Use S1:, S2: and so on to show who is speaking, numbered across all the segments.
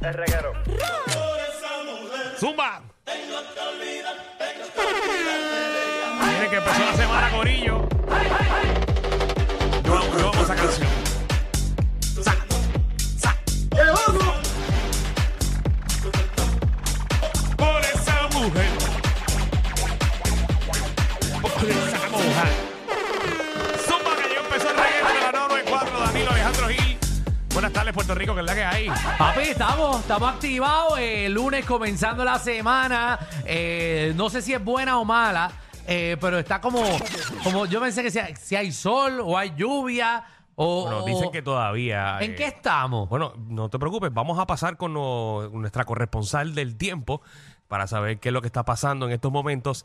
S1: El reguero.
S2: ¡Zumba! Miren que empezó la semana, Corillo. Yo, yo amo esa canción. Sa, sa, Por esa mujer. Por esa mujer. Zumba, que ya empezó el reggae de la 994. Danilo Alejandro Gil. Buenas tardes, Puerto Rico, que es la que hay.
S3: Papi, estamos, estamos activados. eh, el lunes comenzando la semana. Eh, no sé si es buena o mala, eh, pero está como, como yo pensé que si, hay- si hay sol o hay lluvia o.
S2: Bueno, dicen que todavía.
S3: ¿En
S2: eh,
S3: qué estamos?
S2: Bueno, no te preocupes, vamos a pasar con no- nuestra corresponsal del tiempo para saber qué es lo que está pasando en estos momentos.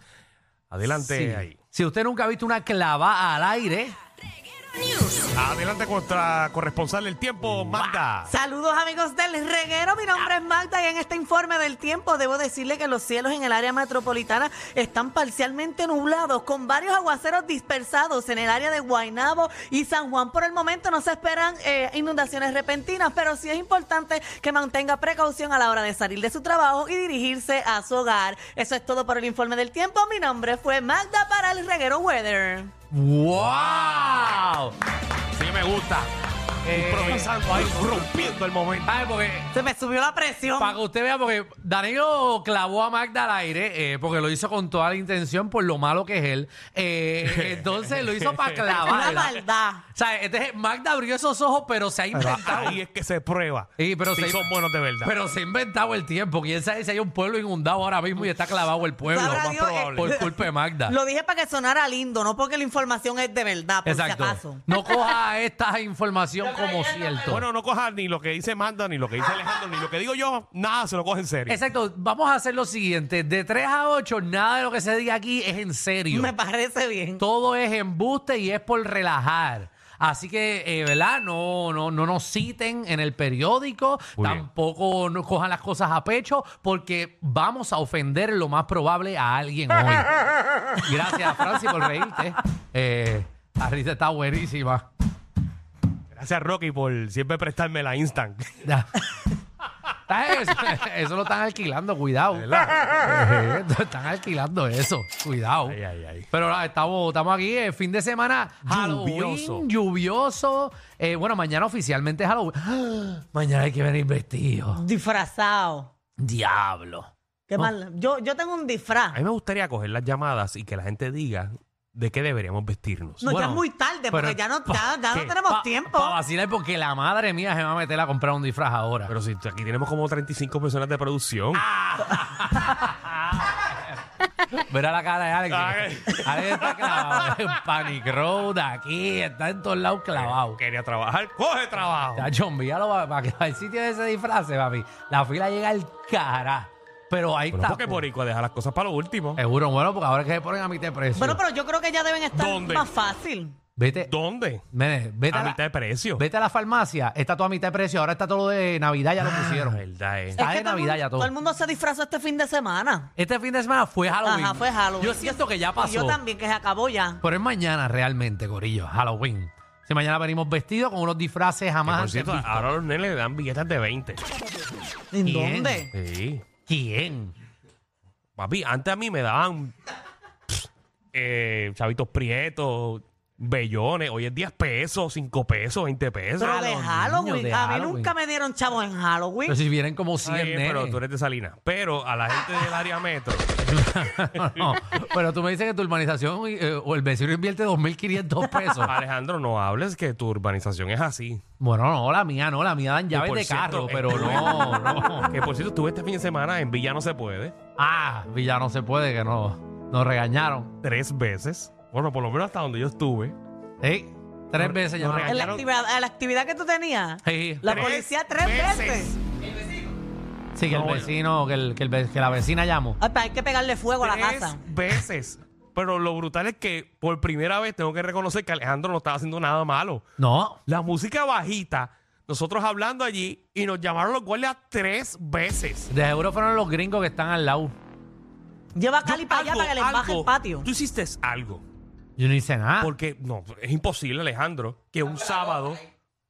S2: Adelante
S3: Sí.
S2: ahí.
S3: Si usted nunca ha visto una clava al aire,
S2: Adelante con nuestra corresponsal del tiempo, Magda.
S4: Saludos amigos del reguero, mi nombre es Magda y en este informe del tiempo debo decirle que los cielos en el área metropolitana están parcialmente nublados con varios aguaceros dispersados en el área de Guaynabo y San Juan. Por el momento no se esperan eh, inundaciones repentinas, pero sí es importante que mantenga precaución a la hora de salir de su trabajo y dirigirse a su hogar. Eso es todo por el informe del tiempo, mi nombre fue Magda para el reguero Weather.
S3: ¡wow!
S2: Sí, me gusta.
S3: Eh,
S2: Improvisando ahí, rompiendo el momento.
S3: ay, porque
S4: Se me subió la presión.
S3: Para que usted vea, porque Danilo clavó a Magda al aire, eh, porque lo hizo con toda la intención por lo malo que es él. Eh, entonces lo hizo para clavar.
S4: Una maldad.
S3: O sea, entonces Magda abrió esos ojos, pero ah, se ha inventado.
S2: Ahí es que se prueba.
S3: Sí, pero
S2: si
S3: se-
S2: son buenos de verdad.
S3: Pero se ha inventado el tiempo. Quién sabe si hay un pueblo inundado ahora mismo y está clavado el pueblo.
S4: Sabrá
S3: Lo más
S4: Dios, eh,
S3: probable. por culpa de Magda.
S4: Lo dije para que sonara lindo, no porque la información es de verdad, por
S3: Exacto.
S4: si acaso.
S3: No coja esta información como cierto.
S2: bueno, no cojas ni lo que dice Magda, ni lo que dice Alejandro, ni lo que digo yo. Nada, se lo coge en serio.
S3: Exacto. Vamos a hacer lo siguiente. De 3 a 8, nada de lo que se diga aquí es en serio.
S4: Me parece bien.
S3: Todo es embuste y es por relajar. Así que, eh, ¿verdad? No, no, no nos citen en el periódico,
S2: Muy bien.
S3: tampoco nos cojan las cosas a pecho, porque vamos a ofender lo más probable a alguien hoy. Gracias, Francis, por reírte. Eh, la risa está buenísima.
S2: Gracias, Rocky, por siempre prestarme la instant.
S3: Ya. Eso, eso lo están alquilando, cuidado. Eh, están alquilando eso, cuidado.
S2: Ay, ay, ay.
S3: Pero nada, estamos, estamos aquí, eh, fin de semana
S2: Lluvioso.
S3: Halloween, lluvioso. Eh, bueno, mañana oficialmente es Halloween. ¡Ah! Mañana hay que venir vestido.
S4: Disfrazado.
S3: Diablo.
S4: Qué mal. Yo, yo tengo un
S2: A
S4: disfraz.
S2: mí me gustaría coger las llamadas y que la gente diga de qué deberíamos vestirnos.
S4: No,
S3: bueno,
S4: ya es muy tarde,
S3: pero-
S4: porque ya no, ya, ya no
S2: ¿qué?
S4: tenemos tiempo.
S3: Para vacilar porque la madre mía se va a meter a comprar un disfraz ahora.
S2: Pero si t- aquí tenemos como 35 personas de producción.
S3: Ah, Verá la cara de Alex.
S2: Ay.
S3: Alex está clavado en Panic Road aquí, está en todos lados clavado.
S2: Quería trabajar, coge trabajo.
S3: Ya, John, míralo para, que el sitio de ese disfraz, papi. La fila llega al cara. Pero ahí
S2: Pero
S3: está. pues. Eh,
S2: porque Boricua deja las cosas para lo último.
S3: Seguro, bueno, porque ahora es que se ponen a mitad de precio.
S4: Bueno, pero yo creo que ya deben estar
S2: ¿Dónde?
S4: más fácil.
S3: vete,
S2: ¿Dónde?
S3: nene, vete,
S2: A
S3: a la,
S2: mitad de precio.
S3: vete a la farmacia. Está todo a mitad de precio. Ahora está todo de Navidad, ya lo
S2: La
S3: pusieron.
S2: Ah, verdad eh. es.
S3: Está de
S4: que todo el
S3: Navidad
S4: mundo-
S3: ya todo.
S4: el mundo se disfrazó este fin de semana.
S3: Este fin de semana fue Halloween.
S4: Ajá, fue Halloween.
S3: Yo siento que ya
S4: Y yo
S3: pasó.
S4: también, que se acabó ya.
S3: Pero es mañana realmente, Corillo, Halloween. Si mañana venimos vestidos con unos
S2: Que,
S3: disfraces
S2: por
S3: jamás
S2: cierto, ah.
S3: antes vistos.
S2: ahora los nenes le dan billetes de 20.
S4: ¿En
S3: Bien.
S4: dónde?
S2: Sí.
S3: ¿Quién?
S2: Papi, antes a mí me daban pff, eh, chavitos prietos, bellones. Hoy es 10 pesos, 5 pesos, 20 pesos.
S4: Pero
S3: los
S4: de
S3: niños,
S4: Halloween.
S3: de
S4: a mí
S3: Halloween.
S4: nunca me dieron chavos en
S3: Pero
S4: Halloween.
S3: si vienen como 100
S2: Ay, pero
S3: nenes.
S2: tú eres de Salinas. Pero a la gente del área metro.
S3: No, pero tú me dices que tu urbanización eh, o el vecino invierte 2.500 pesos.
S2: Alejandro, no hables que tu urbanización es así.
S3: Bueno, no, la mía no, la mía dan
S2: Que
S3: llaves
S2: por
S3: de
S2: cierto,
S3: carro, pero
S2: estuve-
S3: no, no.
S2: Que por cierto, estuve este fin de semana en Villa No Se Puede
S3: Ah, Villa no se puede, que no, nos regañaron.
S2: tres veces. Bueno, por lo menos hasta donde yo estuve.
S3: ¿Eh? Tres
S2: Nos-
S3: veces
S2: nos
S3: llamaron.
S4: En la,
S2: regañaron-
S4: actividad, en la actividad que tú tenías.
S3: Sí,
S4: La
S2: Tres
S4: policía tres
S2: veces.
S4: veces.
S3: sí, que
S2: No,
S3: el
S2: bueno.
S3: vecino, que, el- que el ve- que la vecina llamó.
S4: Ay, pa, hay que pegarle fuego a la
S2: tres
S4: casa.
S2: veces. Pero lo brutal es que por primera vez tengo que reconocer que Alejandro no estaba haciendo nada malo.
S3: No,
S2: La música bajita, nosotros hablando allí y nos llamaron los guardias tres veces.
S3: de seguro fueron los gringos que están al lado.
S4: Lleva a Cali
S2: Yo-
S4: para allá
S2: algo,
S4: para que les baje
S2: algo,
S4: el patio.
S2: Tú hiciste algo.
S3: Yo no hice nada.
S2: Porque no, es imposible, Alejandro, que un sábado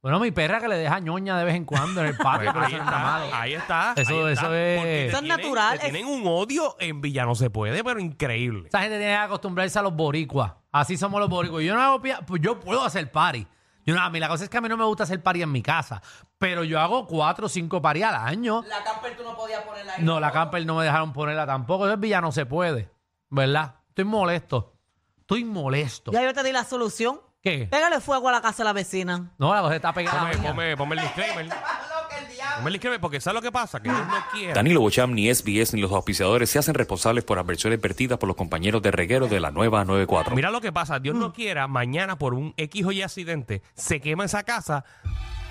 S3: Bueno, mi perra que le deja ñoña de vez en cuando en el patio,
S2: Pues
S3: pero
S2: ahí,
S3: eso no está malo.
S2: está, ahí está.
S3: Eso-
S2: ahí está,
S3: eso es-
S2: porque te
S3: Eso
S4: es
S2: tienen-
S4: natural,
S2: te
S4: es-
S2: Tienen un odio en Villa No Se Puede, pero increíble.
S3: Esa gente tiene que acostumbrarse a los boricuas. Así somos los boricuas. Yo no hago pia- pues yo puedo hacer party. Yo no, a mí la cosa es que a mí no me gusta hacer party en mi casa, pero yo hago cuatro o cinco party al año.
S1: La camper tú no podías ponerla ahí.
S3: No, la camper no me dejaron ponerla tampoco. Eso es villa no se puede, ¿verdad? Estoy molesto. Estoy molesto.
S4: Ya yo te di la solución.
S3: ¿Qué?
S4: Pégale fuego a la casa de la vecina.
S3: No, la cosa está pegada. a la
S2: Ponme,
S3: mía.
S2: ponme- ponme el disclaimer.
S1: Más loca que el diablo.
S2: Ponme el disclaimer, porque ¿sabes lo que pasa? Que Dios no quiere.
S5: Danilo Bocham, ni SBS, ni los auspiciadores se hacen responsables por adversiones vertidas por los compañeros de reguero de la nueva 94.
S2: Mira lo que pasa, Dios
S3: Mm.
S2: no quiera, mañana por un X o Y accidente se quema esa casa.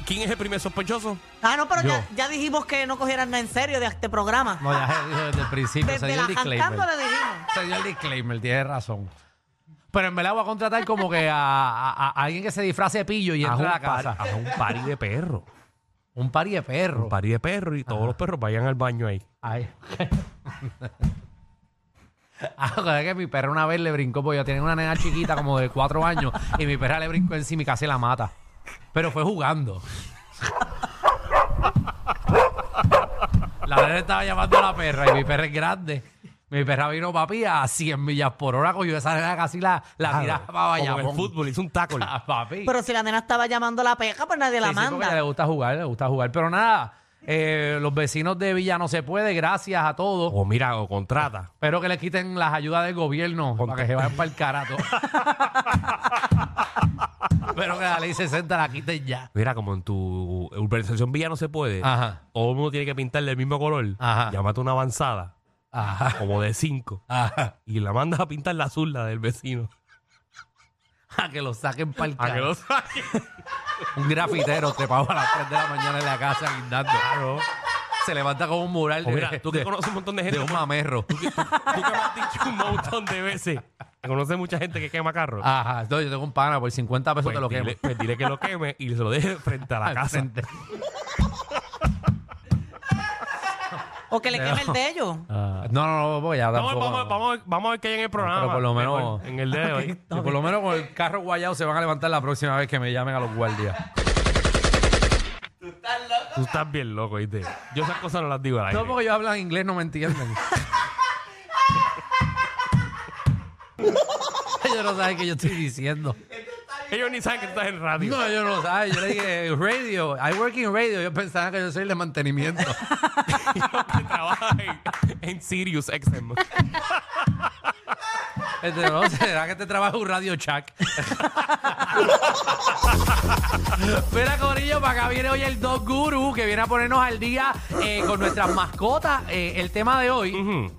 S2: ¿Quién es el primer sospechoso?
S4: Ah, no, pero
S3: Yo.
S4: ya, ya dijimos que no cogieran nada en serio de este programa.
S3: No, ya se dijo desde el principio. se
S4: Desde
S3: dio
S4: la
S3: el disclaimer.
S4: cantando le dijimos.
S3: Se dio el disclaimer, tiene razón. Pero en verdad voy a contratar como que a, a- a alguien que se disfrace de pillo y
S2: Haz
S3: entra a la
S2: un par-
S3: casa.
S2: haz un pari de perro.
S3: Un pari de perro.
S2: Un pari de perro y todos los perros vayan al baño ahí.
S3: Ay. Ah, joder, que mi perra una vez le brincó, porque yo tenía una nena chiquita como de cuatro años y mi perra le brincó encima y casi la mata. Pero fue jugando. La nena estaba llamando a la perra y mi perra es grande. Mi perra vino, papi, a 100 millas por hora, cogió esa nena casi la, la tiraba para
S2: Como en el
S3: Bayamón.
S2: fútbol, hizo un tackle.
S3: Ah, papi.
S4: Pero si la nena estaba llamando a la peca, pues nadie la
S3: Sí, sí, porque
S4: manda.
S3: le gusta jugar, le gusta jugar. Pero nada, eh, los vecinos de Villa no se puede, gracias a todos.
S2: O mira, o contrata.
S3: Espero que le quiten las ayudas del gobierno para que se vayan para el carato. Espero que la ley 60 la quiten ya.
S2: Mira, como en tu urbanización Villa no se puede,
S3: Ajá.
S2: todo el mundo tiene que pintarle el mismo color.
S3: Ah. Ajá.
S2: Llámate una avanzada,
S3: Ajá.
S2: como de cinco,
S3: Ajá.
S2: y la mandas a pintar la azul, la del vecino.
S3: A que lo saquen para el
S2: A que
S3: carajo.
S2: lo saque.
S3: Un grafitero trepado a las 3 de la mañana en la casa guindando. Se levanta con un mural
S2: O
S3: de,
S2: Oh, mira, tú que
S3: de-
S2: conoces un montón de gente.
S3: de un mamerro.
S2: Tú que me has dicho un montón de veces. que Conoces mucha gente que quema carros.
S3: Ajá. Entonces yo tengo un pana por 50 pesos
S2: pues,
S3: Ah, te lo
S2: dile,
S3: quemo.
S2: pues dile que lo queme y se lo deje frente a la
S3: Al
S2: casa.
S3: frente.
S4: O que le queme el de ellos.
S3: No, no, no, porque ya
S2: Vamos, a ver,
S3: Ah, tampoco-
S2: vamos, a ver, vamos, a ver- vamos a ver qué hay en el programa.
S3: pero por lo menos-
S2: En el día de hoy.
S3: Que por lo menos con el carro guayado se van a levantar la próxima vez que me llamen a los guardias.
S1: Tú estás loco.
S2: Tú estás bien loco, ¿viste? Yo esas cosas no las digo al aire.
S3: No, porque ellos hablan inglés, no me entienden. ellos no saben qué yo estoy diciendo.
S2: Ellos ni saben que tú estás en radio.
S3: No, ellos no saben. Yo le dije, radio, I work in radio. Ellos pensaban que yo soy el de mantenimiento.
S2: Ellos que trabajan en, en Sirius XM.
S3: Este, no, será que te trabaja un radio shack. Espera, Corillo, para acá viene hoy el Dog Guru, que viene a ponernos al día eh, con nuestras mascotas. Eh, el tema de hoy.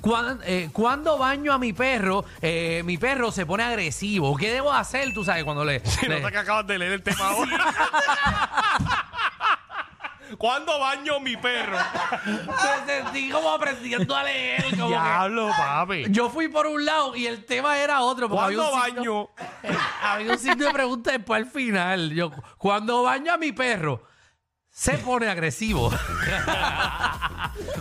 S3: Cuan- eh, cuando baño a mi perro, eh, mi perro se pone agresivo. ¿Qué debo hacer, tú sabes, cuando le...
S2: Si
S3: le-
S2: no te que acabas de leer el tema ahora. ¿Cuándo baño mi perro?
S3: Me sentí como aprendiendo a leer. como que-
S2: Diablo, papi.
S3: Yo fui por un lado y el tema era otro. porque había
S2: ¿Cuándo
S3: un signo- eh,
S2: baño?
S3: Había un signo de pregunta después al final. Yo, cuando baño a mi perro, se pone agresivo.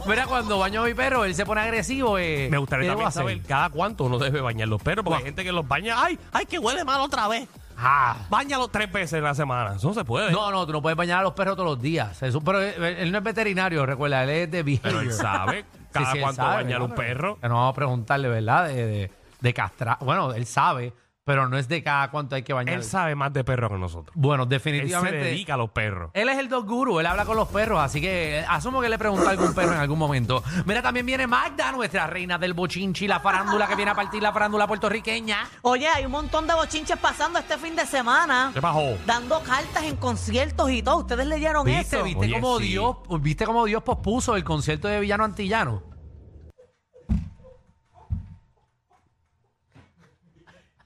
S3: Mira, cuando baño a mi perro, él se pone agresivo. eh,
S2: Me gustaría
S3: ¿qué debo
S2: también
S3: hacer?
S2: saber cada cuánto uno debe bañar los perros, porque hay gente que los baña. ¡Ay! ¡Ay, que huele mal otra vez!
S3: Ah.
S2: Báñalo tres veces en la semana. Eso no se puede.
S3: No, no, tú no puedes bañar a los perros todos los días. Eso- pero él, él no es veterinario, recuerda, él es de
S2: Pero él
S3: behavior.
S2: sabe cada
S3: Sí, sí, él
S2: cuánto
S3: sabe,
S2: bañar
S3: ¿no?
S2: un perro.
S3: Que no vamos a preguntarle, ¿verdad? De, de, de castrar. Bueno, él sabe, pero no es de cada cuánto hay que bañar.
S2: Él sabe más de perros que nosotros.
S3: Bueno,
S2: Él se
S3: definitivamente.
S2: dedica a los perros.
S3: Él es el dog guru, él habla con los perros, así que eh, asumo que le preguntó a algún perro en algún momento. Mira, también viene Magda, nuestra reina del bochinchi, la farándula que viene a partir la farándula puertorriqueña.
S4: Oye, hay un montón de bochinches pasando este fin de semana.
S2: ¿Qué pasó?
S4: Dando cartas en conciertos y todo. ¿Ustedes leyeron
S3: ¿Viste,
S4: eso?
S3: viste
S2: Oye,
S3: cómo
S2: sí.
S3: Dios, viste cómo Dios pospuso el concierto de Villano Antillano?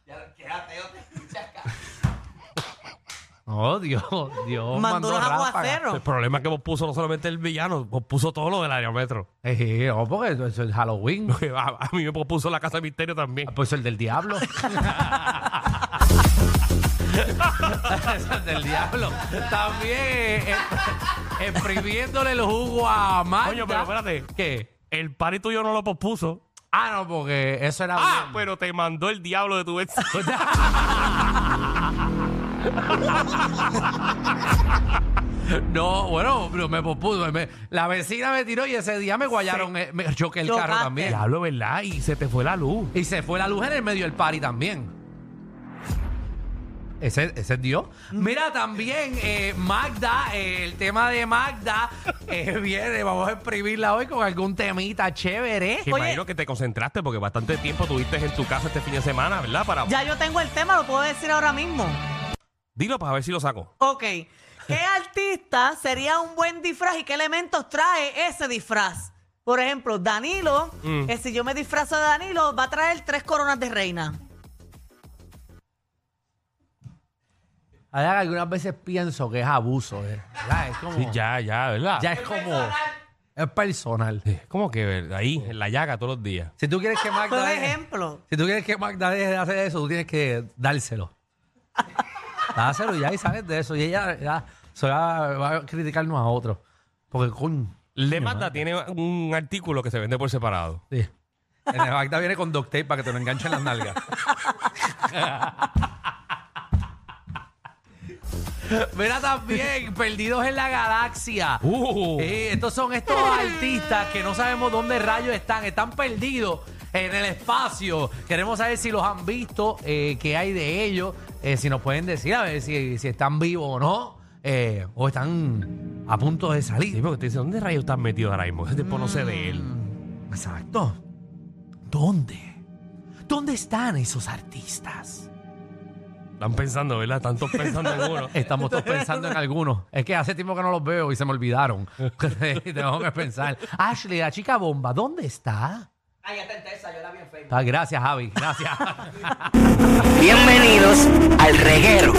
S1: Ya, qué ateo te escuchas, cabrón.
S3: Oh, Dios, Dios.
S4: Mandó unos
S3: ráfagas.
S4: aguaceros.
S2: El problema es que vos puso no solamente el villano, vos puso todo lo del área metro.
S3: Eh, oh, porque eso, eso es Halloween.
S2: A, a mí me puso la casa de misterio también.
S3: Pues el del diablo. Eso es del diablo. También eh, eh, exprimiéndole el jugo a Magda.
S2: Coño, pero espérate.
S3: ¿Qué?
S2: El pari tuyo no lo pospuso.
S3: Ah, no, porque eso era.
S2: Ah,
S3: bien.
S2: pero te mandó el diablo de tu vecino.
S3: No, bueno, pero me pospuso. me- la vecina me tiró y ese día me guayaron, eh, me choqué el carro
S4: Chocaste.
S3: también.
S2: Diablo, ¿verdad? Y se te fue la luz.
S3: Y se fue la luz en el medio del party también. Ese, ese es Dios. Mira, también eh, Magda, eh, el tema de Magda eh, viene. Vamos a exprimirla hoy con algún temita chévere.
S2: Que
S4: Oye.
S2: imagino que te concentraste porque bastante tiempo tuviste en tu casa este fin de semana, ¿verdad? Para...
S4: Ya yo tengo el tema, lo puedo decir ahora mismo.
S2: Dilo para ver si lo saco.
S4: Ok. ¿Qué artista sería un buen disfraz y qué elementos trae ese disfraz? Por ejemplo, Danilo,
S2: Mm.
S4: eh, si yo me disfrazo de Danilo, va a traer tres coronas de reina.
S3: Ahora, algunas veces pienso que es abuso. eh, ¿verdad? Es como,
S2: Sí, ya, ya, ¿verdad?
S3: ya es como. Es personal.
S2: ¿Cómo que ver? ahí, en la llaga todos los días?
S3: Si tú quieres que Magda.
S4: Por
S3: deje-
S4: ejemplo.
S3: Si tú quieres que Magda deje de hacer eso, tú tienes que dárselo. Dáselo ya y sabes de eso. Y ella ya, se va, va a criticarnos a otros. Porque, coño.
S2: Le
S3: coño,
S2: Magda tiene un artículo que se vende por separado.
S3: Sí. En el Magda viene con duct tape para que te lo enganchen las nalgas. Mira también, perdidos en la galaxia.
S2: ¡Uh!
S3: Eh, estos son estos artistas que no sabemos dónde rayos están, están perdidos en el espacio. Queremos saber si los han visto, eh, qué hay de ellos, eh, si nos pueden decir, a ver si, si están vivos o no, eh, o están a punto de
S2: Sí,
S3: salir.
S2: porque te dice, ¿dónde rayos estás metido ahora mismo? Ese tipo no sé de él.
S4: Mm.
S3: Exacto. ¿Dónde? ¿Dónde están esos artistas?
S2: Están pensando, ¿verdad? Están todos pensando en uno.
S3: Estamos todos pensando en algunos. Es que hace tiempo que no los veo y se me olvidaron. Tengo que pensar. Ashley, la chica bomba, ¿dónde está?
S1: Ay, ya está en Tessa, yo la vi en Facebook.
S3: Ah, gracias, Javi. Gracias.
S6: Bienvenidos al reguero.